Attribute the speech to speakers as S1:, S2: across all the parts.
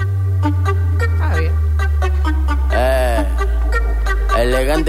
S1: cantante Eh,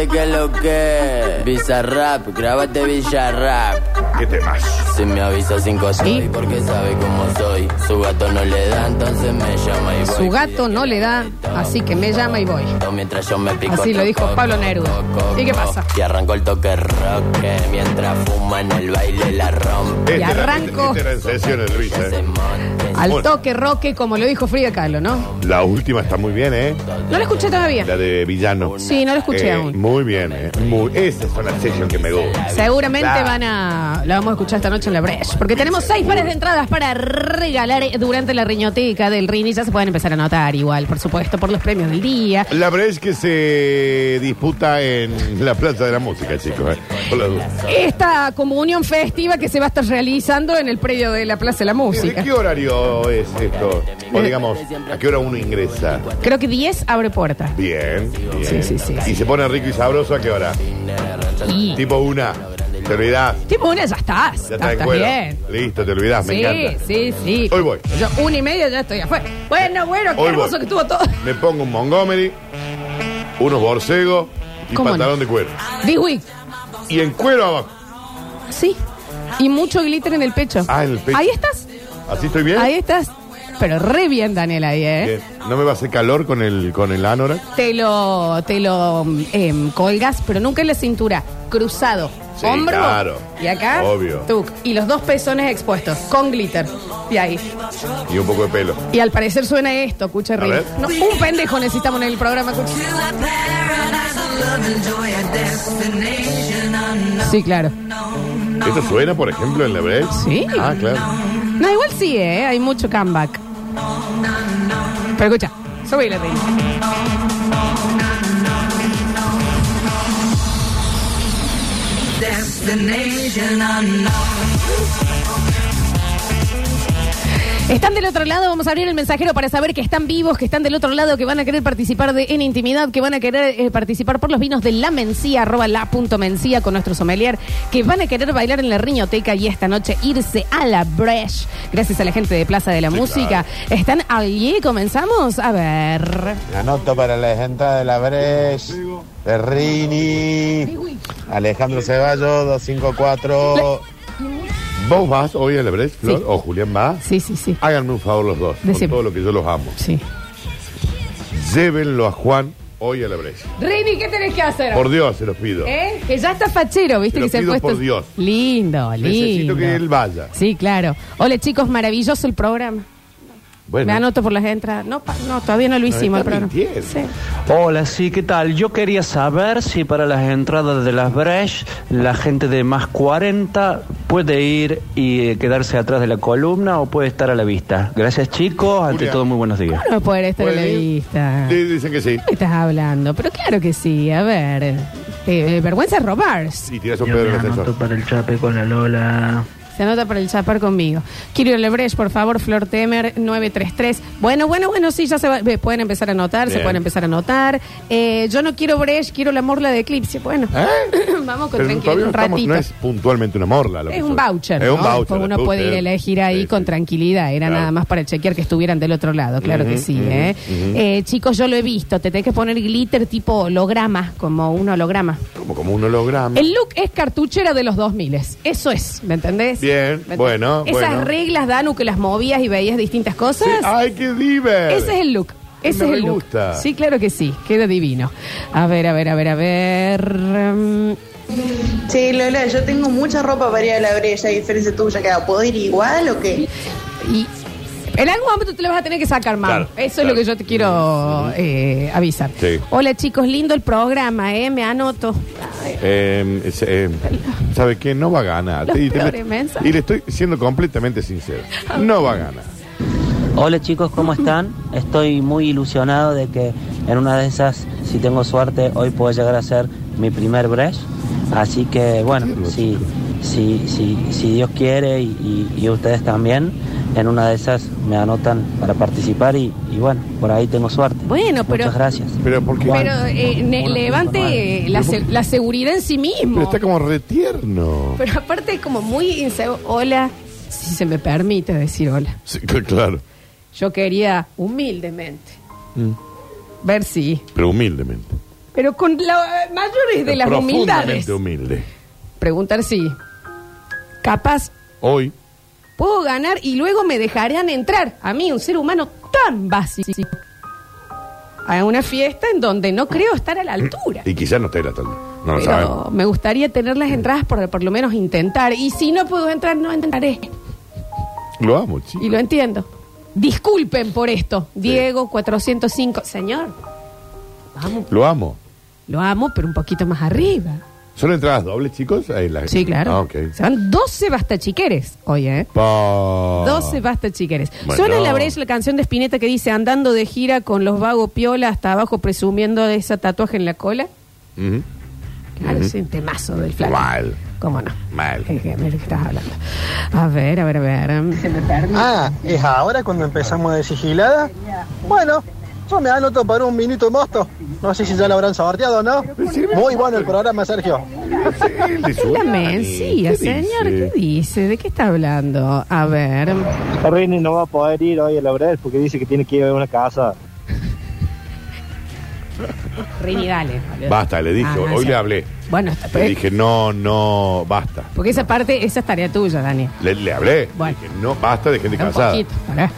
S1: que lo que. Bizarrap, grábate Villarrap.
S2: ¿Qué temas?
S1: Si me avisa cinco soy, porque sabe cómo soy. Su gato no le da, entonces me llama y voy.
S3: Su gato no le da, así que me llama y voy.
S1: Mientras yo me pico
S3: Así lo dijo
S1: coco,
S3: Pablo Neruda.
S1: coco,
S3: ¿Y qué pasa?
S1: Y arrancó el toque rock eh, mientras fuma en el baile la rompe.
S2: Este era-
S3: arranco.
S2: Este era en sesiones, Luis.
S1: Se
S2: eh.
S1: monte,
S3: Al
S2: Bueno.
S3: toque roque, como lo dijo Frida Kahlo, ¿no?
S2: La última está muy bien, ¿eh?
S3: No lo escuché todavía.
S2: La de Villano.
S3: Sí, no lo escuché
S2: Eh,
S3: aún.
S2: Muy bien, ¿eh? Muy, esa es una sesión que me gusta.
S3: Seguramente
S2: Claro.
S3: van a. La vamos a escuchar esta noche en la Breche. Porque tenemos seis pares de entradas para regalar eh, durante la riñoteca del Rini. Ya se pueden empezar a anotar igual, por supuesto, por los premios del día.
S2: La brecha que se disputa en la Plaza de la Música, chicos. ¿eh? Por la duda.
S3: Esta comunión festiva que se va a estar realizando en el predio de la Plaza de la
S2: ¿De
S3: Música.
S2: qué horario es esto? O digamos, ¿a qué hora uno ingresa?
S3: Creo que 10 abre puertas.
S2: Bien. bien.
S3: Sí, sí, sí.
S2: ¿Y se pone rico y sabroso a qué hora?
S3: Y.
S2: Tipo una. Te olvidás.
S3: Tipo una, ya estás.
S2: Ya
S3: estás,
S2: está en
S3: estás
S2: cuero.
S3: Ah, bien.
S2: Listo, te olvidás. Me
S3: sí,
S2: encanta.
S3: sí, sí.
S2: Hoy voy.
S3: Yo, una y media ya estoy afuera. Bueno, bueno, qué
S2: Hoy
S3: hermoso
S2: voy.
S3: que estuvo todo.
S2: Me pongo un Montgomery, unos borcegos y
S3: ¿Cómo no?
S2: pantalón de cuero.
S3: Big Week.
S2: Y en cuero abajo.
S3: Sí. Y mucho glitter en el pecho.
S2: Ah, en el pecho.
S3: Ahí estás.
S2: ¿Así estoy bien?
S3: Ahí estás. Pero re bien, Daniel, ahí, ¿eh?
S2: Bien. ¿No me va a hacer calor con el, con el anorak?
S3: Te lo, te lo em, colgas, pero nunca en la cintura. Cruzado.
S2: Sí,
S3: Hombro.
S2: claro.
S3: Y acá.
S2: Obvio.
S3: tuc. Y los dos pezones expuestos. Con glitter. Y ahí.
S2: Y un poco de pelo.
S3: Y al parecer suena esto, escucha Rini.
S2: ver.
S3: No, un pendejo necesitamos en el programa, Cuchi. Sí, claro.
S2: ¿Esto suena, por ejemplo, en la brecha?
S3: Sí.
S2: Ah, claro.
S3: No, igual sí, ¿eh? Hay mucho comeback. Pero escucha, subile, Rini. Están del otro lado, vamos a abrir el mensajero para saber que están vivos, que están del otro lado, que van a querer participar de, en intimidad, que van a querer eh, participar por los vinos de la mencía, arroba la punto mencía con nuestro sommelier, que van a querer bailar en la riñoteca y esta noche irse a la breche. Gracias a la gente de Plaza de la Música. Están allí, comenzamos a ver.
S4: Anoto para la entrada de la Breche, de Rini, Alejandro Ceballos, 254.
S2: ¿Vos vas hoy a la brecha, Flor?
S3: Sí.
S2: ¿O Julián va?
S3: Sí, sí, sí.
S2: Háganme un favor los dos,
S3: Decime.
S2: con todo lo que yo los amo.
S3: Sí.
S2: Llévenlo a Juan hoy a la brecha.
S3: Rini, ¿qué tenés que hacer?
S2: Por Dios, se los pido.
S3: ¿Eh? Que ya está fachero, viste
S2: Te lo
S3: que se ha
S2: pido
S3: puesto.
S2: por Dios.
S3: Lindo, lindo.
S2: Necesito que él vaya.
S3: Sí, claro. Hola chicos, maravilloso el programa. Me anoto por las entradas. No, pa- no todavía no lo hicimos el
S2: está
S3: programa.
S2: mintiendo.
S3: Sí.
S5: Hola, sí, ¿qué tal? Yo quería saber si para las entradas de las Bresh la gente de más 40 puede ir y eh, quedarse atrás de la columna o puede estar a la vista. Gracias chicos, ante
S2: Julia.
S5: todo muy buenos días.
S3: ¿Cómo no poder estar en la
S2: ¿Puede ir?
S3: vista?
S2: Sí,
S3: ¿Qué
S2: dicen que sí.
S3: me estás hablando? Pero claro que sí, a ver. Eh, eh, vergüenza es robar.
S2: Y tiras un pedo en el ascensor.
S6: para el chape con la Lola.
S3: Se anota para el chapar conmigo. Quiero Lebrecht, por favor, Flor Temer 933. Bueno, bueno, bueno, sí, ya se va- ve, pueden empezar a anotar, se
S2: Bien.
S3: pueden empezar a anotar. Eh, yo no quiero Brecht, quiero la morla de Eclipse. Bueno, vamos con
S2: ¿Eh? Pero
S3: tranquilidad
S2: todavía no
S3: un
S2: estamos-
S3: ratito.
S2: no es puntualmente una morla. lo que
S3: Es un
S2: soy.
S3: voucher,
S2: Es
S3: ¿no?
S2: un voucher.
S3: Después uno
S2: la
S3: puede ir
S2: puta,
S3: a elegir ahí
S2: sí,
S3: con
S2: sí.
S3: tranquilidad. Era
S2: Claro.
S3: nada más para chequear que estuvieran del otro lado, claro que sí. ¿eh? Eh, chicos, yo lo he visto. Te tenés que poner glitter tipo holograma, como un holograma.
S2: Como, como un holograma.
S3: El look es cartuchera de los 2000. Eso es, ¿me entendés?
S2: Bien,
S3: ¿Me entendés?
S2: bueno,
S3: Esas
S2: bueno.
S3: reglas, Danu, que las movías y veías distintas cosas.
S2: Sí, ¡Ay, qué diver!
S3: Ese es el look. Ese
S2: Me
S3: es el
S2: re
S3: look.
S2: gusta.
S3: Sí, claro que sí. Queda divino. A ver, a ver, a ver, a ver. mm.
S7: Sí, Lola, yo tengo mucha ropa para ir a la brecha, a diferencia tuya, que ¿puedo ir igual o qué?
S3: Y en algún momento te lo vas a tener que sacar, más
S2: Claro,
S3: Eso
S2: claro.
S3: es
S2: Mm.
S3: lo que yo te quiero eh, avisar.
S2: Sí.
S3: Hola chicos, lindo el programa, ¿eh? Me anoto.
S2: Eh, es, eh, ¿Sabe qué? No va a ganar.
S3: Los
S2: Y, te-
S3: peores mensajes.
S2: y le estoy siendo completamente sincero. No va a ganar.
S8: Hola chicos, ¿cómo están? Estoy muy ilusionado de que en una de esas, si tengo suerte, hoy puedo llegar a ser mi primer bresh. Así que bueno, si, si, si, si Dios quiere y, y- y ustedes también, en una de esas me anotan para participar y, y bueno, por ahí tengo suerte.
S3: Bueno, pero-
S8: Muchas gracias.
S2: Pero porque.
S3: Pero eh, ne- levante eh, la, se- la seguridad en sí
S2: pero
S3: mismo.
S2: está como retierno.
S3: Pero aparte es como muy inseguro. Hola, si se me permite decir hola.
S2: Sí, cl- claro. Mm.
S3: Yo quería humildemente ver si
S2: Pero humildemente.
S3: Pero con la eh, mayores de las humildades.
S2: Profundamente humilde.
S3: Preguntar si capaz
S2: Hoy,
S3: puedo ganar y luego me dejarían entrar. A mí, un ser humano tan básico. A una fiesta en donde no creo estar a la altura.
S2: y quizás no esté la tanda. No lo sabemos.
S3: Pero me gustaría tener las entradas por, por lo menos intentar. Y si no puedo entrar, no entraré.
S2: Lo amo, chico.
S3: Y lo entiendo. Disculpen por esto. Diego 405. Señor, vamos.
S2: Lo amo.
S3: Lo amo, pero un poquito más arriba.
S2: ¿Son entradas dobles, chicos? Ahí la-
S3: Sí, claro.
S2: Ah, ok.
S3: Se van 12 basta chiqueres. Oye, ¿eh?
S2: Pa-
S3: 12 basta chiqueres.
S2: Bueno.
S3: Suena en la brecha la canción de Spinetta que dice andando de gira con los vagos piola hasta abajo presumiendo de esa tatuaje en la cola.
S2: Ujú.
S3: Claro, es un temazo del flaco.
S2: Mal.
S3: ¿Cómo no?
S2: Mal.
S3: Es que, mira lo que estás hablando. A ver, a ver, a ver.
S9: Ah, ¿es ahora cuando empezamos de sigilada? Bueno, yo me anoto para un minuto mosto. No sé si ya lo habrán sorteado o no. Muy bueno el programa, Sergio.
S3: Es la mencía,
S2: ¿Qué
S3: señor.
S2: dice?
S3: ¿Qué dice? ¿De qué está hablando? A ver.
S9: Rini no va a poder ir hoy a la obra porque dice que tiene que ir a una casa.
S3: Rini, dale.
S2: Basta, le dije.
S3: Ah,
S2: Hoy
S3: sí.
S2: le hablé.
S3: Bueno, está-
S2: Le dije, no, no, basta.
S3: porque esa parte, esa es tarea tuya, Dani.
S2: Le, le hablé.
S3: Bueno.
S2: Le dije, no, basta de gente
S3: Un
S2: casada.
S3: poquito. pará.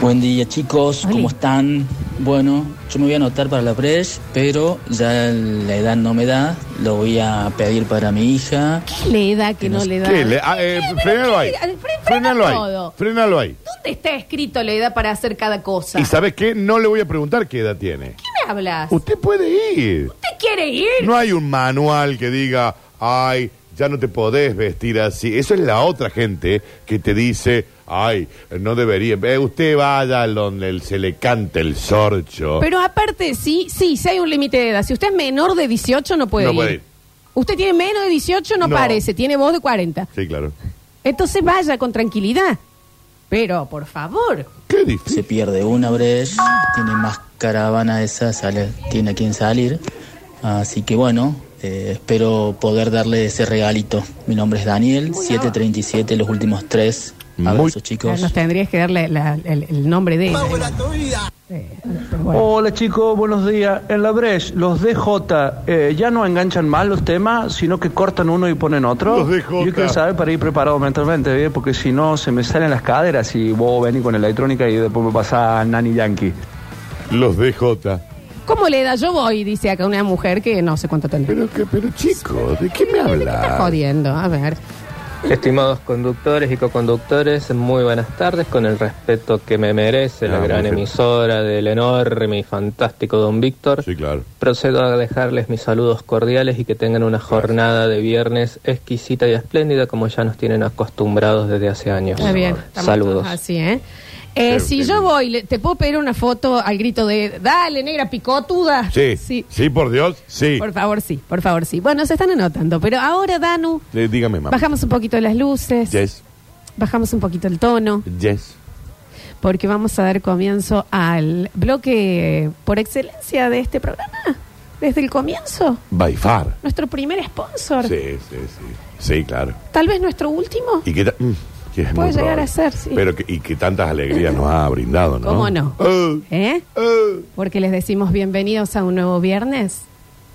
S10: Buen día chicos,
S3: Oli.
S10: ¿cómo están? Bueno, yo me voy a anotar para la Breche, pero ya la edad no me da, lo voy a pedir para mi hija.
S3: ¿Qué le da que no le da?
S2: ¿Qué? Le- ah, eh,
S3: ¿Qué? ¿Pero
S2: frenalo
S3: qué?
S2: ahí.
S3: Fre- frena
S2: Frenalo ahí.
S3: todo.
S2: Frenalo ahí.
S3: ¿Dónde está escrito la edad para hacer cada cosa?
S2: ¿Y sabes qué? No le voy a preguntar qué edad tiene.
S3: ¿Qué me hablas? ¿Usted
S2: Usted puede ir.
S3: quiere ir?
S2: No hay un manual que diga, ay, ya no te podés vestir así. Eso es la otra gente que te dice, ay, no debería. Eh, usted vaya a donde se le cante el sorcho.
S3: Pero aparte, sí, sí, sí hay un límite de edad. Si usted es menor de 18, no puede
S2: No
S3: ir.
S2: puede ir.
S3: Usted tiene menos de 18, no,
S2: No.
S3: parece. Tiene voz de 40.
S2: Sí, claro.
S3: Entonces vaya con tranquilidad. Pero, por favor.
S2: Qué
S10: Se
S2: difícil.
S10: pierde una Breche, tiene más caravana esa, sale, tiene a quien salir. Así que bueno, eh, espero poder darle ese regalito. Mi nombre es Daniel, 737, los últimos tres.
S2: Muy-
S10: Abrazos chicos.
S3: Nos tendrías que darle la- el, el nombre de ella. Sí, pero bueno.
S5: Hola chicos, buenos días. En la Breche, los DJ eh, ya no enganchan más los temas, sino que cortan uno y ponen otro.
S2: Los DJ.
S5: Yo quiero saber para ir preparado mentalmente, ¿bien? porque si no se me salen las caderas y vos venís con electrónica y después me pasa Nani Yankee.
S2: Los DJ.
S3: ¿Cómo le da? Yo voy, dice acá una mujer que no sé cuánto tendrá.
S2: Pero, que, pero chico, ¿de qué me
S3: Está
S2: hablas?
S3: jodiendo, a ver.
S11: Estimados conductores y coconductores, muy buenas tardes, con el respeto que me merece
S2: Ah,
S11: la gran
S2: perfecto.
S11: emisora del enorme y fantástico Don Víctor.
S2: Sí, claro.
S11: Procedo a dejarles mis saludos cordiales y que tengan una jornada de viernes exquisita y espléndida como ya nos tienen acostumbrados desde hace años.
S3: Está bien. estamos todos
S11: Saludos.
S3: Así, ¿eh? Eh,
S2: Sí,
S3: si
S2: sí.
S3: yo voy, le- ¿te puedo pedir una foto al grito de dale, negra picotuda?
S2: Sí, sí, por Dios, sí.
S3: Por favor, sí, por favor, sí. Bueno, se están anotando, pero ahora, Danu,
S2: Eh, dígame, mamá.
S3: bajamos un poquito las luces,
S2: Yes,
S3: bajamos un poquito el tono,
S2: yes.
S3: porque vamos a dar comienzo al bloque por excelencia de este programa. Desde el comienzo,
S2: By far.
S3: nuestro primer sponsor,
S2: Sí, sí, sí. Sí, claro.
S3: tal vez nuestro último.
S2: Y que, ta- mm, que es
S3: Puede
S2: muy
S3: llegar
S2: probable.
S3: a ser, sí.
S2: Pero que- y que tantas alegrías nos ha brindado, ¿no?
S3: ¿Cómo no?
S2: Eh,
S3: ¿Eh?
S2: eh.
S3: Porque les decimos bienvenidos a un nuevo viernes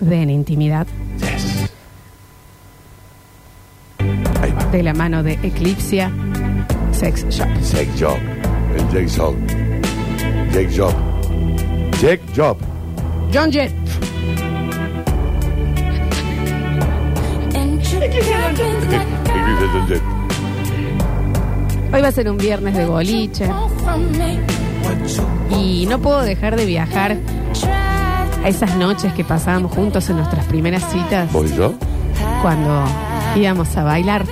S3: de En Intimidad,
S2: Ahí va.
S3: de la mano de Eclipsia Sex Shop.
S2: Jack Job. El Jack Job. Jack Job. Jack Job.
S3: John Jett.
S2: Escribe Jack Job.
S3: Hoy va a ser un viernes de boliche y no puedo dejar de viajar a esas noches que pasábamos juntos en nuestras primeras citas
S2: ¿Vos y yo?
S3: cuando íbamos a bailar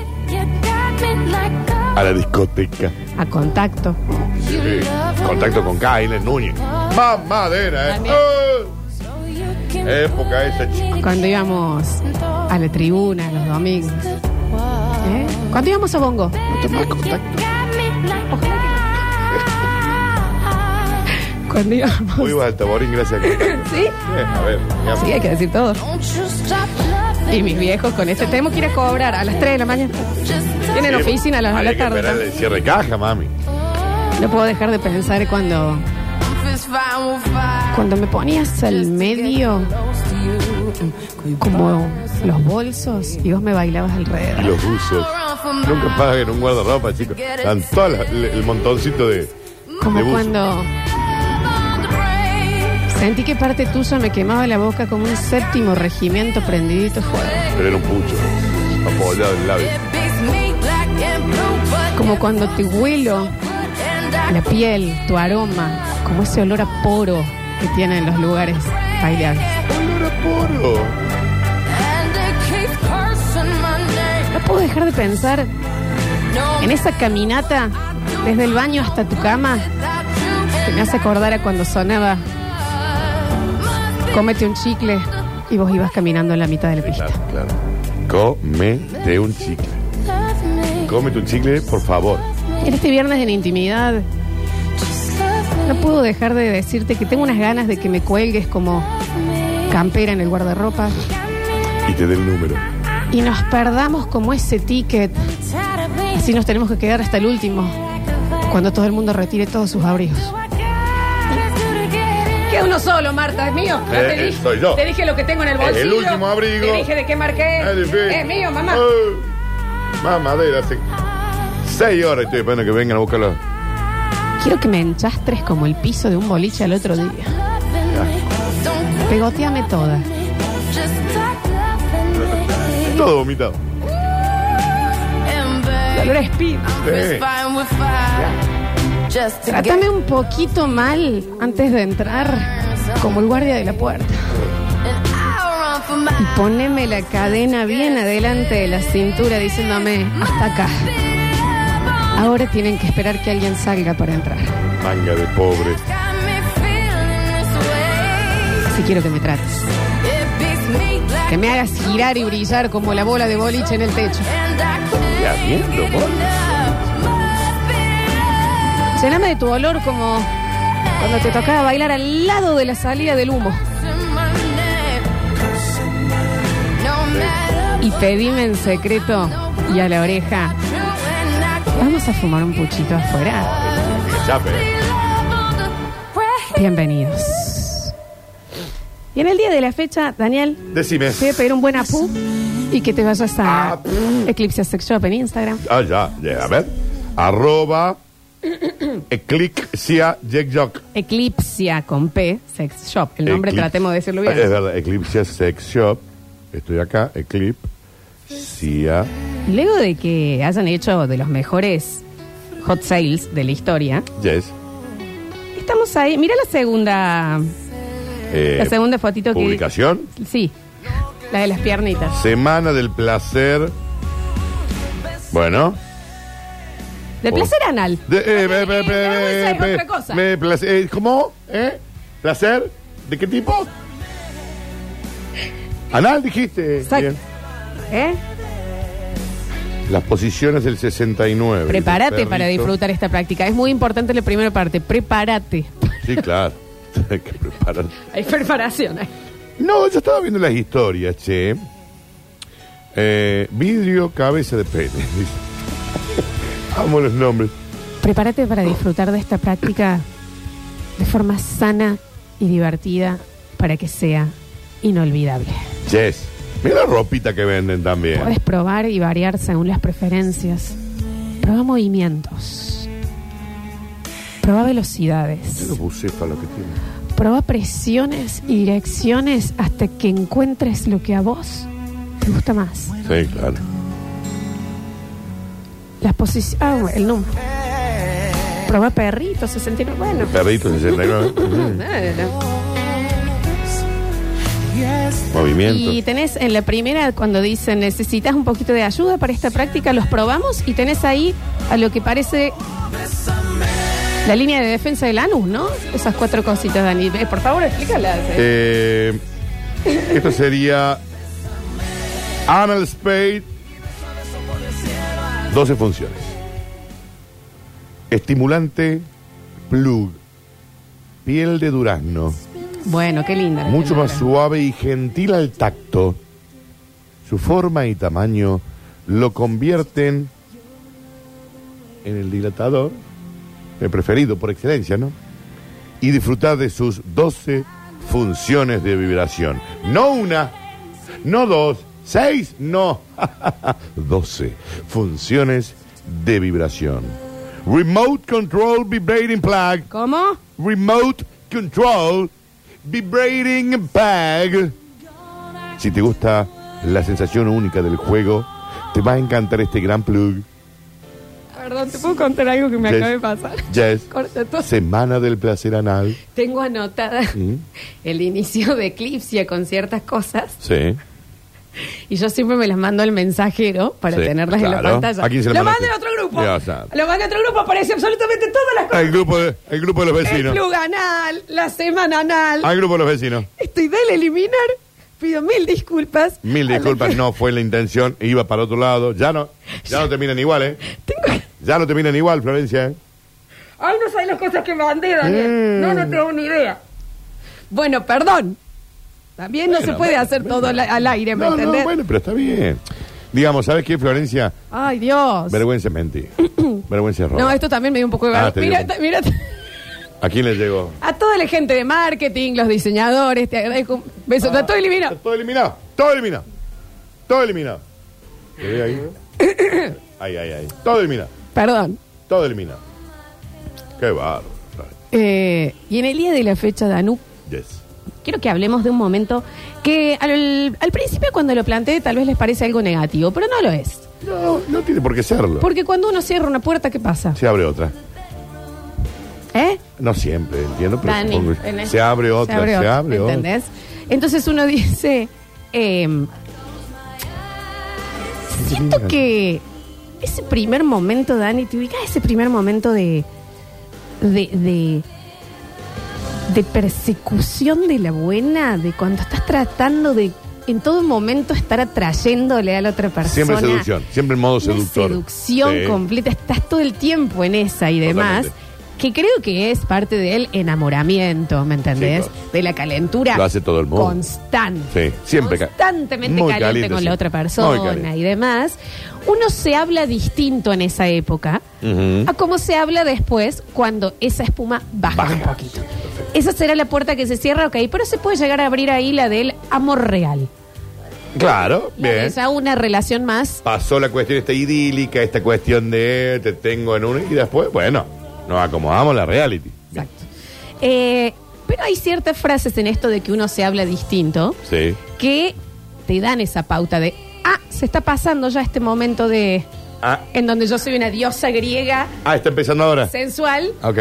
S2: A la discoteca.
S3: a contacto.
S2: Sí. Contacto con Kyle Núñez. Mamadera, ¿eh? Eh. Época esa, chica.
S3: Cuando íbamos a la tribuna los domingos. ¿Eh? Cuando íbamos a Bongo. Cuando íbamos.
S2: Muy iba al taborín, gracias a Contacto.
S3: ¿Sí?
S2: Eh, a ver, ya.
S3: Sí, hay que decir todo. Y mis viejos con este tenemos que ir a cobrar a las 3 de la mañana. Tienen
S2: Sí,
S3: oficina a las a
S2: había
S3: la
S2: que
S3: tarde.
S2: esperar el cierre de caja, mami.
S3: No puedo dejar de pensar cuando Cuando me ponías al medio, como los bolsos, y vos me bailabas alrededor.
S2: Y los usos. Nunca paguen un guardarropa, chicos. Dan todo el montoncito de.
S3: Como
S2: de buzos.
S3: cuando sentí que parte tuya me quemaba la boca como un séptimo regimiento prendidito fuego.
S2: Pero era un pucho. Apoyado en el labio.
S3: Como cuando te huelo la piel, tu aroma, como ese olor a poro que tienen los lugares bailables.
S2: Puro.
S3: No puedo dejar de pensar en esa caminata desde el baño hasta tu cama que me hace acordar a cuando sonaba Cómete un chicle y vos ibas caminando en la mitad de la pista.
S2: Claro. Cómete un chicle. Cómete un chicle, por favor.
S3: En este viernes en intimidad no puedo dejar de decirte que tengo unas ganas de que me cuelgues como campera en el guardarropa
S2: Y te dé el número.
S3: y nos perdamos como ese ticket. Así nos tenemos que quedar hasta el último, cuando todo el mundo retire todos sus abrigos. Queda uno solo, Marta, es mío. Ya
S2: Eh,
S3: te
S2: eh,
S3: dije,
S2: soy yo.
S3: Te dije lo que tengo en el
S2: Es
S3: bolsillo.
S2: el último abrigo. Eh.
S3: Te dije de qué marqué.
S2: Ah, de fe.
S3: Es mío, mamá.
S2: Ah, mamadera, sí. Seis horas estoy esperando que vengan a buscarlo.
S3: Quiero que me enchastres como el piso de un boliche al otro día. Pegoteame toda.
S2: Todo vomitado.
S3: Dolor a espina. Trátame un poquito mal antes de entrar, como el guardia de la puerta. Y poneme la cadena bien adelante de la cintura diciéndome, hasta acá. Ahora tienen que esperar que alguien salga para entrar.
S2: Manga de pobre.
S3: Si quiero que me trates. Que me hagas girar y brillar como la bola de boliche en el techo.
S2: Ya viendo, vos.
S3: Llename de tu olor como cuando te tocaba bailar al lado de la salida del humo. Y pedime en secreto y a la oreja. Vamos a fumar un puchito afuera.
S2: Que chape.
S3: Bienvenidos. Y en el día de la fecha, Daniel,
S2: Decime.
S3: te voy a pedir un buen apú y que te vayas a Eclipse Sex Shop en Instagram.
S2: Ah, ya, ya, a ver. Arroba. Eclipsia Jack Jock.
S3: Eclipsia con P, Sex Shop. El nombre
S2: Eclipse-
S3: tratemos de decirlo
S2: Ah, Es
S3: bien.
S2: verdad, Eclipsia Sex Shop. Estoy acá, Eclipsia.
S3: Luego de que hayan hecho de los mejores hot sales de la historia,
S2: Yes.
S3: estamos ahí. Mira la segunda,
S2: Eh,
S3: la segunda fotito que
S2: Publicación.
S3: sí, la de las piernitas.
S2: Semana del placer. Bueno.
S3: De
S2: Oh.
S3: placer anal.
S2: De, eh, be- be- be-
S3: esa es
S2: be-
S3: otra cosa.
S2: be- placer, eh, ¿Cómo? ¿Eh? ¿Placer? ¿De qué tipo? Anal dijiste.
S3: Exacto.
S2: Bien.
S3: ¿Eh?
S2: Las posiciones del 69.
S3: Prepárate para
S2: Perrito.
S3: disfrutar esta práctica. Es muy importante la primera parte. Prepárate.
S2: Sí, claro. Hay que preparar.
S3: Hay preparación.
S2: No, yo estaba viendo las historias, che. Eh, vidrio, cabeza de pene. Amo los nombres.
S3: Prepárate para disfrutar de esta práctica de forma sana y divertida para que sea inolvidable.
S2: Yes. Mira la ropita que venden también.
S3: Puedes probar y variar según las preferencias. Prueba movimientos. Prueba velocidades.
S2: Yo no bucéfalo que tiene.
S3: Prueba presiones y direcciones hasta que encuentres lo que a vos te gusta más.
S2: Sí, claro.
S3: Las posiciones. Ah, bueno, el número. Prueba perrito, se sentirá bueno.
S2: Perrito 69. Ujú.
S3: Y
S2: Movimiento.
S3: tenés en la primera, cuando dicen necesitas un poquito de ayuda para esta práctica, los probamos y tenés ahí a lo que parece la línea de defensa del anus, ¿no? Esas cuatro cositas, Dani. Eh, por favor, explícalas. eh.
S2: Eh, esto sería Anal Spade. 12 funciones. Estimulante, plug, piel de durazno.
S3: Bueno, qué linda. la
S2: mucho más
S3: primera.
S2: suave y gentil al tacto. Su forma y tamaño lo convierten en el dilatador, el preferido por excelencia, ¿no? y disfrutar de sus 12 funciones de vibración. No una, no dos, seis, no. 12 funciones de vibración. Remote Control Vibrating Plug.
S3: ¿Cómo?
S2: Remote Control Vibrating Plug. Si te gusta la sensación única del juego, te va a encantar este gran plug.
S3: Perdón, ¿te puedo contar algo que me
S2: Yes.
S3: acaba de pasar?
S2: Yes.
S3: Corta todo.
S2: Semana del placer anal.
S3: Tengo anotada
S2: Mm.
S3: el inicio de Eclipsia con ciertas cosas
S2: Sí.
S3: y yo siempre me las mando al mensajero para
S2: Sí,
S3: tenerlas en la
S2: claro.
S3: pantalla.
S2: ¿A quién se la
S3: lo
S2: mandaste?
S3: mando en otro grupo.
S2: Ya Ah, sabes.
S3: Lo mando en otro grupo, aparece absolutamente todas las cosas.
S2: Al grupo de, al grupo de los
S3: El
S2: vecinos.
S3: club anal, la semana anal.
S2: Al grupo de los vecinos.
S3: Estoy del eliminar. Pido mil disculpas.
S2: Mil disculpas, no fue la intención, iba para otro lado. Ya no, ya no te miran igual, ¿eh? Ya no te miran igual, Florencia, ¿eh?
S3: Ay, no sabes las cosas que mandé, Daniel.
S2: Mm.
S3: No, no tengo ni idea. Bueno, perdón. También no se
S2: Bueno,
S3: puede
S2: bueno,
S3: hacer todo al, al aire, ¿me
S2: No, no,
S3: entendés?
S2: bueno, pero está bien. Digamos, ¿sabes qué, Florencia?
S3: Ay, Dios.
S2: Vergüenza es mentir. Vergüenza es robar.
S3: No, esto también me dio un poco de
S2: Ah,
S3: vergüenza.
S2: te dio
S3: mira, ta-
S2: como-
S3: mira, ta-
S2: ¿A quién le llegó?
S3: a toda la gente de marketing, los diseñadores, te agradezco un beso.
S2: Ah.
S3: Está todo eliminado.
S2: Todo eliminado, todo eliminado. Todo eliminado. ¿Te ve ahí? Ahí, ahí, ahí. Todo eliminado,
S3: Perdón.
S2: todo eliminado. Qué barro.
S3: Eh, y en el día de la fecha, Danú,
S2: Yes.
S3: quiero que hablemos de un momento que al, al principio cuando lo planteé tal vez les parece algo negativo, pero no lo es.
S2: No, no tiene por qué serlo.
S3: Porque cuando uno cierra una puerta, ¿qué pasa?
S2: Se abre otra.
S3: ¿Eh?
S2: No siempre, entiendo, pero
S3: Dani,
S2: supongo-
S3: ¿entendés?
S2: se abre otra, se abre, otra.
S3: ¿Entendés? Entonces uno dice, em, siento que ese primer momento, Dani, te ubicas ese primer momento de, de, de, de persecución de la buena, de cuando estás tratando de en todo momento estar atrayéndole a la otra persona.
S2: Siempre seducción, siempre en modo
S3: Una
S2: seductor.
S3: seducción
S2: Sí.
S3: completa, estás todo el tiempo en esa y demás, que creo que es parte del enamoramiento, ¿me entendés?
S2: Sí,
S3: de la calentura
S2: Lo hace todo el mundo.
S3: constante.
S2: Sí, siempre ca-
S3: Constantemente
S2: muy
S3: caliente, con
S2: sí.
S3: la otra
S2: Muy
S3: persona
S2: caliente.
S3: y demás. Uno se habla distinto en esa época
S2: Ujú.
S3: a cómo se habla después cuando esa espuma baja, un
S2: Baja.
S3: poquito. Esa será la puerta que se cierra, ok, pero se puede llegar a abrir ahí la del amor real.
S2: Claro,
S3: La de
S2: bien.
S3: ya una relación más.
S2: Pasó la cuestión esta idílica, esta cuestión de eh, te tengo en uno y después, bueno, nos acomodamos la reality.
S3: Eh, pero hay ciertas frases en esto de que uno se habla distinto
S2: Sí.
S3: que te dan esa pauta de, ah, se está pasando ya este momento de...
S2: Ah,
S3: En donde yo soy una diosa griega
S2: ah, está empezando ahora.
S3: sensual
S2: Ok.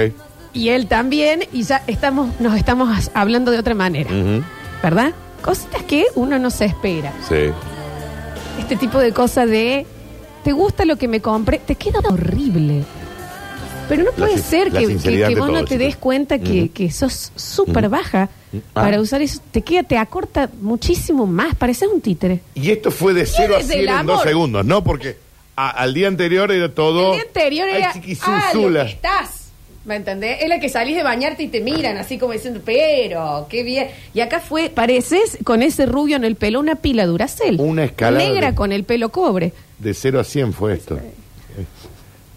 S3: y él también y ya estamos nos estamos hablando de otra manera,
S2: Ujú.
S3: ¿verdad? Cositas que uno no se espera.
S2: Sí.
S3: Este tipo de cosa de te gusta lo que me compré, te queda horrible. Pero no
S2: La
S3: puede
S2: sin-
S3: ser
S2: la
S3: que, que,
S2: sinceridad
S3: que
S2: de
S3: vos no
S2: todo,
S3: te des
S2: chicos.
S3: cuenta que,
S2: Ujú.
S3: que sos súper
S2: Ujú.
S3: baja
S2: Ah.
S3: para usar eso. Te queda, te acorta muchísimo más, pareces un títere.
S2: Y esto fue de 0 a
S3: es el
S2: 100 en dos
S3: amor?
S2: segundos, ¿no? Porque a- al día anterior era todo.
S3: El día anterior
S2: Ay,
S3: era ah, lo
S2: chiquizunzula.
S3: que estás. ¿Me entendés? Es la que salís de bañarte y te miran así como diciendo, pero, qué bien. Y acá fue, pareces con ese rubio en el pelo una pila duracel.
S2: Una escalada
S3: Negra
S2: de-
S3: con el pelo cobre.
S2: De 0 a 100 fue esto. Eh,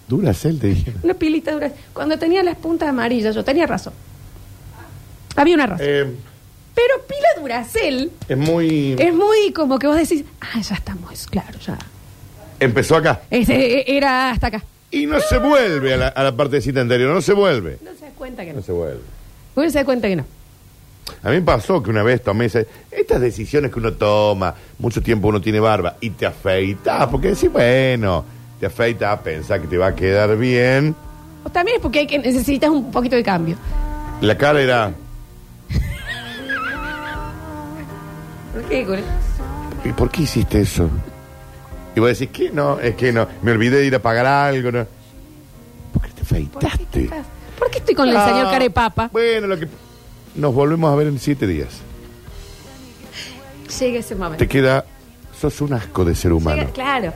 S2: Dura cel, te dije.
S3: Una pilita duracel. Cuando tenía las puntas amarillas, yo tenía razón. Había una razón.
S2: Eh,
S3: Pero pila duracel
S2: es muy.
S3: es muy como que vos decís, ah, ya estamos, claro, ya.
S2: Empezó acá.
S3: Ese era hasta acá.
S2: Y no se vuelve a la, a la partecita anterior, no se vuelve.
S3: No se da cuenta que no.
S2: No se vuelve.
S3: Uno se da cuenta que no.
S2: A mí me pasó que una vez tomé ese- estas decisiones que uno toma, mucho tiempo uno tiene barba y te afeitas, porque decís, bueno, te afeitas, pensás que te va a quedar bien.
S3: O también es porque hay que, necesitas un poquito de cambio.
S2: La cara era,
S3: Ridículo.
S2: ¿y por qué hiciste eso? Y vos decís, que no, es que no, me olvidé de ir a pagar algo. ¿no? ¿Por qué te afeitaste?
S3: ¿Por qué estoy con el
S2: Ah,
S3: señor Carepapa?
S2: Bueno, lo que... Nos volvemos a ver en siete días.
S3: Llega ese momento.
S2: Te queda... Sos un asco de ser humano.
S3: Llega- claro.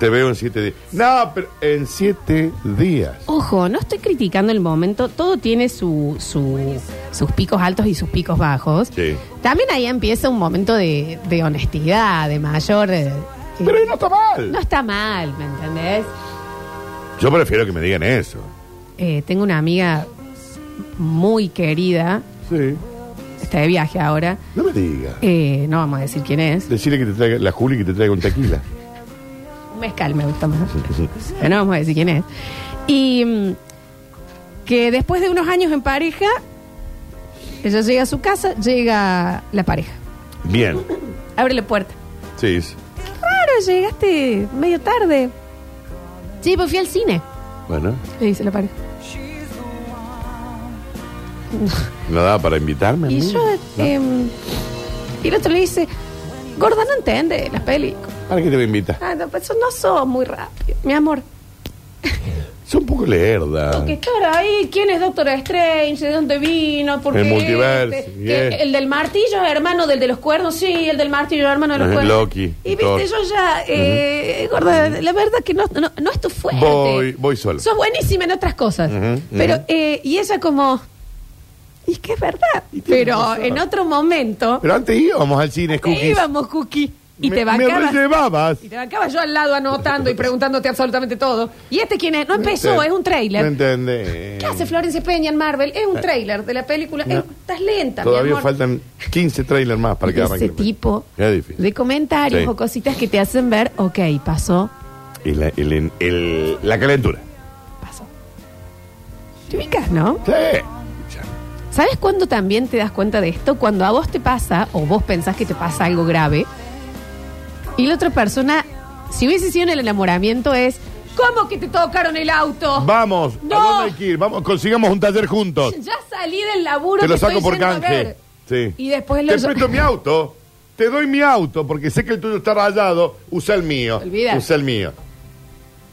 S2: Te veo en siete días. No, pero en siete días.
S3: Ojo, no estoy criticando el momento. Todo tiene su, su- sus picos altos y sus picos bajos.
S2: Sí.
S3: También ahí empieza un momento de, de honestidad, de mayor. eh,
S2: Pero no está mal.
S3: no está mal, ¿me entendés?
S2: Yo prefiero que me digan eso.
S3: Eh, tengo una amiga muy querida.
S2: Sí.
S3: Está de viaje ahora.
S2: No me digas.
S3: Eh, no vamos a decir quién es.
S2: Decirle que te traiga, la Juli que te traiga un tequila.
S3: Un mezcal me gusta más. Pero no vamos a decir quién es. Y mm, que después de unos años en pareja, ella llega a su casa, llega la pareja.
S2: Bien.
S3: Abre la puerta.
S2: Sí. sí.
S3: Qué raro, llegaste medio tarde. Sí, pues fui al cine.
S2: Bueno,
S3: Le dice la pareja.
S2: no daba para invitarme. a
S3: Y
S2: mí?
S3: yo, em, y el otro le dice, gorda, no entiende las películas.
S2: ¿Para qué te voy a invitar?
S3: Ah, no, pues no sos muy rápido. Mi amor,
S2: Soy un poco lerda.
S3: que estar ahí, ¿quién es Doctor Strange? ¿De dónde vino? ¿Por
S2: El
S3: qué
S2: multiverso,
S3: este?
S2: y
S3: Que
S2: es.
S3: El del martillo es hermano del de los cuernos, sí, el del martillo es hermano de los
S2: Ajá,
S3: cuernos.
S2: Loki,
S3: Y viste,
S2: Thor.
S3: yo ya, eh, gorda, la verdad que no, no, no es tu fuerte.
S2: Voy, voy solo.
S3: Sos buenísima en otras cosas.
S2: Ujú,
S3: Pero,
S2: ujú.
S3: eh, y ella como, y es que es verdad, pero en otro momento
S2: Pero antes íbamos al cine,
S3: te
S2: Cookies.
S3: íbamos, Cookie, y te
S2: me
S3: bancabas.
S2: llevabas.
S3: Y te bancaba yo al lado anotando y preguntándote absolutamente todo. ¿Y este quién es? No empezó,
S2: Ente-
S3: es un
S2: ¿Me
S3: trailer.
S2: entendés?
S3: ¿Qué hace Florencia Peña en Marvel? Es un
S2: Em, Eh.
S3: tráiler de la película.
S2: No.
S3: Eh, estás lenta, mi
S2: Todavía
S3: amor.
S2: faltan 15 trailers más para que
S3: Ese
S2: arranque.
S3: tipo
S2: Es difícil.
S3: de comentarios
S2: Sí.
S3: o cositas que te hacen ver, ok, pasó.
S2: Y la, el- el- la calentura.
S3: Te ubicas, ¿no?
S2: Sí.
S3: ¿Sabes cuándo también te das cuenta de esto? Cuando a vos te pasa, o vos pensás que te pasa algo grave, y la otra persona, si hubiese sido en el enamoramiento, es, ¿cómo que te tocaron el auto?
S2: Vamos,
S3: Oh. No.
S2: ¿a dónde hay que ir? Vamos, consigamos un taller juntos.
S3: Ya salí del laburo.
S2: Te lo
S3: que
S2: saco
S3: estoy
S2: por
S3: yendo a
S2: canje.
S3: ver.
S2: Sí.
S3: Y después lo
S2: Te presto mi auto. Te doy mi auto porque sé que el tuyo está rayado. Usa el mío.
S3: Olvídate.
S2: Usa el mío.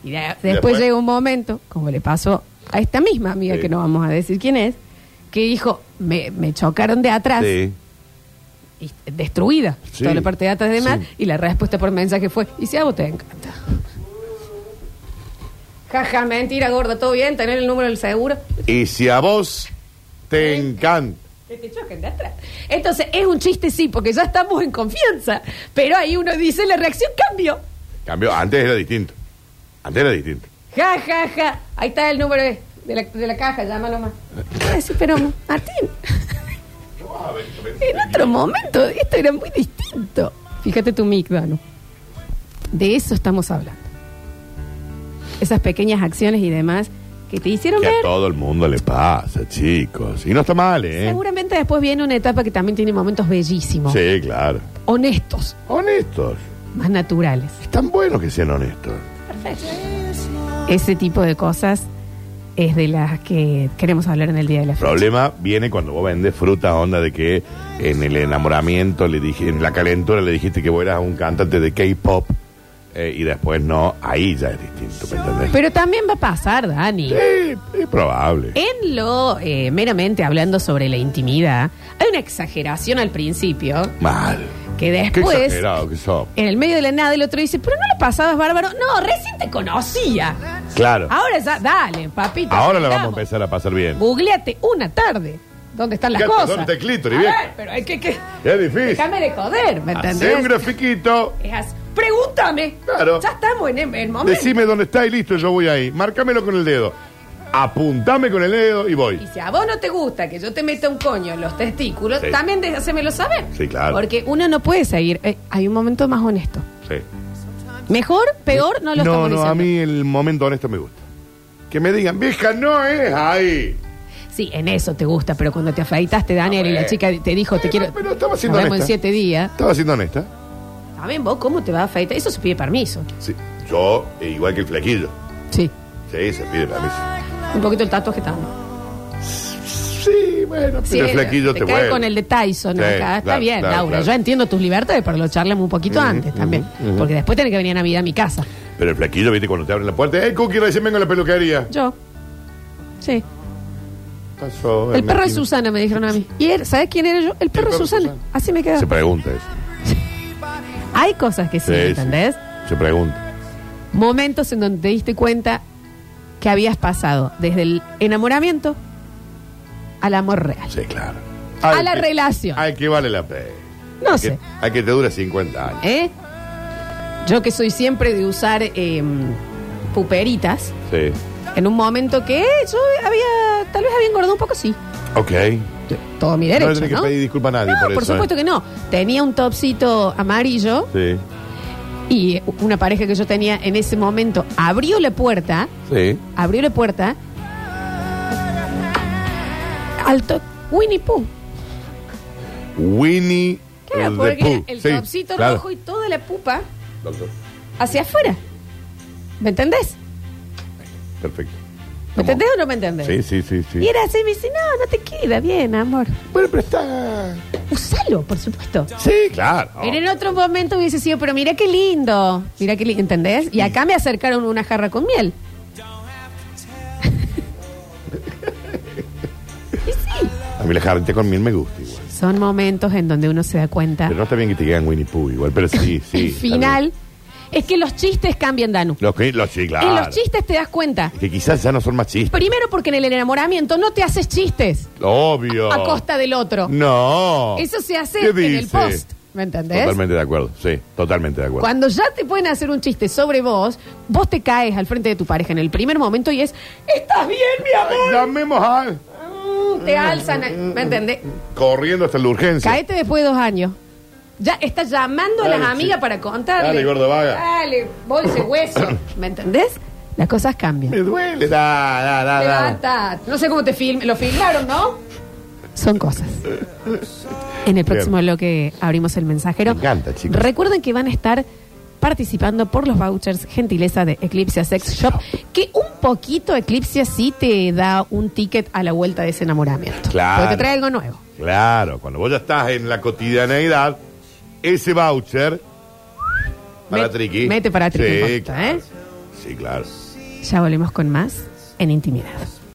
S3: Y de- después,
S2: Después.
S3: llega un momento, como le pasó a esta misma amiga,
S2: Sí.
S3: que no vamos a decir quién es, que dijo, me, me chocaron de atrás,
S2: Sí.
S3: y destruida,
S2: Sí.
S3: toda la parte de atrás de mar,
S2: Sí.
S3: y la respuesta por mensaje fue, ¿y si a vos te encanta? Jaja, mentira, gorda, todo bien, tener el número del seguro.
S2: Y si a vos te encanta.
S3: Que te choquen de atrás. Entonces, es un chiste, sí, porque ya estamos en confianza, pero ahí uno dice, la reacción cambió.
S2: Cambió. Antes era distinto. Antes era distinto.
S3: Ja, ja, ja. Ahí está el número de, de la, de la caja, llámalo más. Ah, sí, pero Martín. en otro momento, esto era muy distinto. Fíjate tu micdano. De eso estamos hablando. Esas pequeñas acciones y demás que te hicieron
S2: Que a
S3: ver.
S2: todo el mundo le pasa, chicos. Y no está mal, ¿eh?
S3: Seguramente después viene una etapa que también tiene momentos bellísimos.
S2: Sí, claro.
S3: Honestos,
S2: Honestos.
S3: más naturales.
S2: Están buenos que sean honestos.
S3: Ese tipo de cosas es de las que queremos hablar en el día de la
S2: El
S3: fecha.
S2: problema viene cuando vos vendes frutas, onda de que en el enamoramiento, le dije, en la calentura le dijiste que vos eras un cantante de K-pop eh, y después no, ahí ya es distinto, ¿me entendés?
S3: Pero también va a pasar, Dani.
S2: Sí, es probable.
S3: En lo eh, meramente hablando sobre la intimidad, hay una exageración al principio
S2: Mal.
S3: que
S2: Qué
S3: después,
S2: exagerado que sos.
S3: en el medio de la nada, el otro dice, pero no lo pasabas bárbaro. No, recién te conocía.
S2: Claro.
S3: Ahora ya, dale, papito.
S2: Ahora la vamos a
S3: vamos.
S2: empezar a pasar bien.
S3: Googleate una tarde. ¿Dónde están las
S2: Ya,
S3: cosas?
S2: ¿dónde está el clítoris,
S3: A
S2: vieja?
S3: ver, pero hay que... que
S2: Es difícil.
S3: déjame de joder, ¿me
S2: Hacé un
S3: entendés?
S2: grafiquito,
S3: Es así. Pregúntame.
S2: Claro.
S3: Ya estamos en el momento.
S2: decime dónde está y listo, yo voy ahí. Márcamelo con el dedo. Apuntame con el dedo y voy.
S3: Y si a vos no te gusta que yo te meta un coño en los testículos,
S2: Sí.
S3: también de- hacémelo saber.
S2: Sí, claro.
S3: Porque uno no puede seguir. Eh, hay un momento más honesto.
S2: Sí.
S3: Mejor, peor, no lo
S2: no,
S3: estamos
S2: no,
S3: diciendo.
S2: a mí el momento honesto me gusta. Que me digan, vieja, no es ahí.
S3: Sí, en eso te gusta, pero cuando te afeitaste, Daniel, y la chica te dijo, te quiero.
S2: eh. Pero estaba siendo
S3: Nos vemos en
S2: honesta.
S3: siete días.
S2: Estaba siendo honesta.
S3: También vos, ¿cómo te vas a afeitar? Eso se pide permiso.
S2: Sí. Yo, eh, igual que el flequillo.
S3: Sí.
S2: Sí, se pide permiso.
S3: Un poquito el tatuaje también.
S2: Sí, bueno, pero
S3: Sí,
S2: el flequillo te,
S3: cae
S2: vuelve.
S3: con el de Tyson
S2: Sí,
S3: acá. Está
S2: claro,
S3: bien,
S2: claro,
S3: Laura.
S2: claro.
S3: Yo entiendo tus libertades, pero lo charlamos un poquito antes también.
S2: ujú.
S3: Porque después tiene que venir a Navidad a mi casa.
S2: Pero el flequillo, viste, cuando te abren la puerta, ¡eh, Cookie, recién vengo a la peluquería!
S3: Yo. Sí.
S2: Pasó.
S3: El perro de
S2: es
S3: Susana, me dijeron a mí. ¿Y él, sabes quién era yo? El perro de Susana. Así me quedó.
S2: Se pregunta eso.
S3: Hay cosas que sí,
S2: Sí, sí.
S3: ¿entendés?
S2: Se pregunta.
S3: Momentos en donde te diste cuenta que habías pasado desde el enamoramiento al amor real.
S2: Sí, claro.
S3: A la relación.
S2: Al que vale la pena.
S3: No
S2: Al
S3: sé.
S2: que- Al que te dura 50 años.
S3: ¿Eh? Yo que soy siempre de usar eh, em, puperitas,
S2: Sí.
S3: En un momento que yo había, tal vez había engordado un poco, sí.
S2: Ok.
S3: Todo mi
S2: no le
S3: derecho,
S2: tenés
S3: ¿no?
S2: que pedir disculpas a nadie
S3: No,
S2: por
S3: por,
S2: eso. ¿eh?
S3: supuesto que no. Tenía un topsito amarillo
S2: que Sí,
S3: y una pareja que yo tenía en ese momento abrió la puerta,
S2: sí.
S3: abrió la puerta. Alto Winnie Pooh.
S2: Winnie
S3: Claro,
S2: the
S3: porque
S2: Pooh.
S3: el
S2: Sí,
S3: topsito
S2: claro.
S3: rojo y toda la pupa
S2: Doctor,
S3: hacia afuera. ¿Me entendés?
S2: Perfecto.
S3: ¿Me entendés o no me entendés?
S2: Sí, sí, sí, sí.
S3: Y era así, me dice, no, no te queda bien, amor.
S2: Bueno, pero está...
S3: Usalo, por supuesto.
S2: Sí, claro.
S3: Pero en otro momento hubiese sido, pero mira qué lindo. Mira qué lindo, ¿entendés? Y acá me acercaron una jarra con miel. y sí,
S2: A mí la jarrita con miel me gusta igual.
S3: son momentos en donde uno se da cuenta.
S2: Pero no está bien que te quedan Winnie Pooh igual, pero sí, sí.
S3: el final es que los chistes cambian, Danu.
S2: Los, que- los sí, claro.
S3: En los chistes te das cuenta.
S2: Que quizás ya no son más chistes.
S3: Primero porque en el enamoramiento no te haces chistes
S2: Obvio.
S3: a costa del otro.
S2: No.
S3: Eso se hace
S2: ¿Qué
S3: en el
S2: dice?
S3: post. ¿Me entendés?
S2: Totalmente de acuerdo, sí, totalmente de acuerdo.
S3: Cuando ya te pueden hacer un chiste sobre vos, vos te caes al frente de tu pareja en el primer momento y es, ¿estás bien, mi amor?
S2: Llamemos a...
S3: Mm, Te alzan, a- ¿me entendés?
S2: Corriendo hasta la urgencia.
S3: Caete después de dos años. Ya estás llamando a las
S2: Dale, sí.
S3: amigas para contarle.
S2: Dale, gordo vaga.
S3: Dale, bolse hueso. ¿Me entendés? Las cosas cambian.
S2: Me duele. Da, da, da, da.
S3: Levanta. No sé cómo te film lo filmaron, ¿no? Son cosas. En el próximo
S2: Bien.
S3: bloque abrimos el mensajero.
S2: Me encanta, chicos.
S3: Recuerden que van a estar participando por los vouchers gentileza de Eclipse Sex Shop, que un poquito Eclipse sí te da un ticket a la vuelta de ese enamoramiento.
S2: Claro.
S3: Porque te trae algo nuevo.
S2: Claro, cuando vos ya estás en la cotidianeidad, ese voucher para
S3: Met-
S2: Triqui.
S3: mete para Triqui,
S2: Sí,
S3: posta, ¿eh?
S2: Sí, claro.
S3: Ya volvemos con más en intimidad.